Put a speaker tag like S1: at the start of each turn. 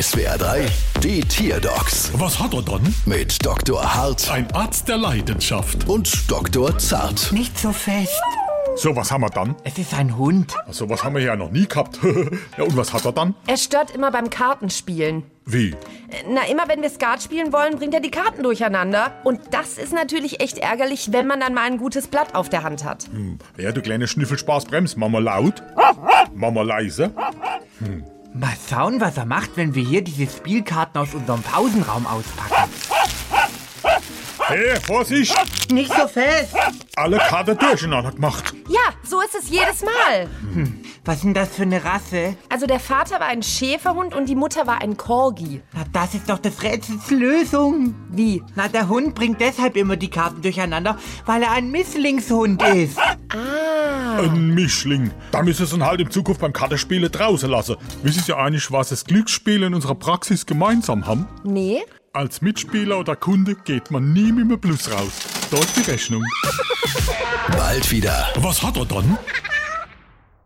S1: SWR 3, die Tierdocs
S2: Was hat er dann?
S1: mit Dr. Hart
S2: Ein Arzt der Leidenschaft.
S1: und Dr. Zart.
S3: Nicht so fest.
S2: So, was haben wir dann?
S3: Es ist ein Hund.
S2: So was haben wir ja noch nie gehabt. ja, und was hat er dann?
S4: Er stört immer beim Kartenspielen.
S2: Wie?
S4: Na, immer wenn wir Skat spielen wollen, bringt er die Karten durcheinander. Und das ist natürlich echt ärgerlich, wenn man dann mal ein gutes Blatt auf der Hand hat.
S2: Hm, Ja, du kleine Schnüffelspaß, brems. Mama laut. Mama leise.
S3: Mal schauen, was er macht, wenn wir hier diese Spielkarten aus unserem Pausenraum auspacken.
S2: Hey, Vorsicht!
S3: Nicht so fest.
S2: Alle Karten durcheinander gemacht.
S4: Ja, so ist es jedes Mal.
S3: Was ist denn das für eine Rasse?
S4: Also der Vater war ein Schäferhund und die Mutter war ein Corgi.
S3: Na, das ist doch des Rätsels Lösung. Wie? Na, der Hund bringt deshalb immer die Karten durcheinander, weil er ein Misslingshund ist.
S2: Ein Mischling. Da müssen sie ihn halt in Zukunft beim Kartenspielen draußen lassen. Wisst ihr eigentlich, was das Glücksspiel in unserer Praxis gemeinsam haben?
S4: Nee?
S2: Als Mitspieler oder Kunde geht man nie mit dem Plus raus. Dort die Rechnung.
S1: Bald wieder.
S2: Was hat er dann?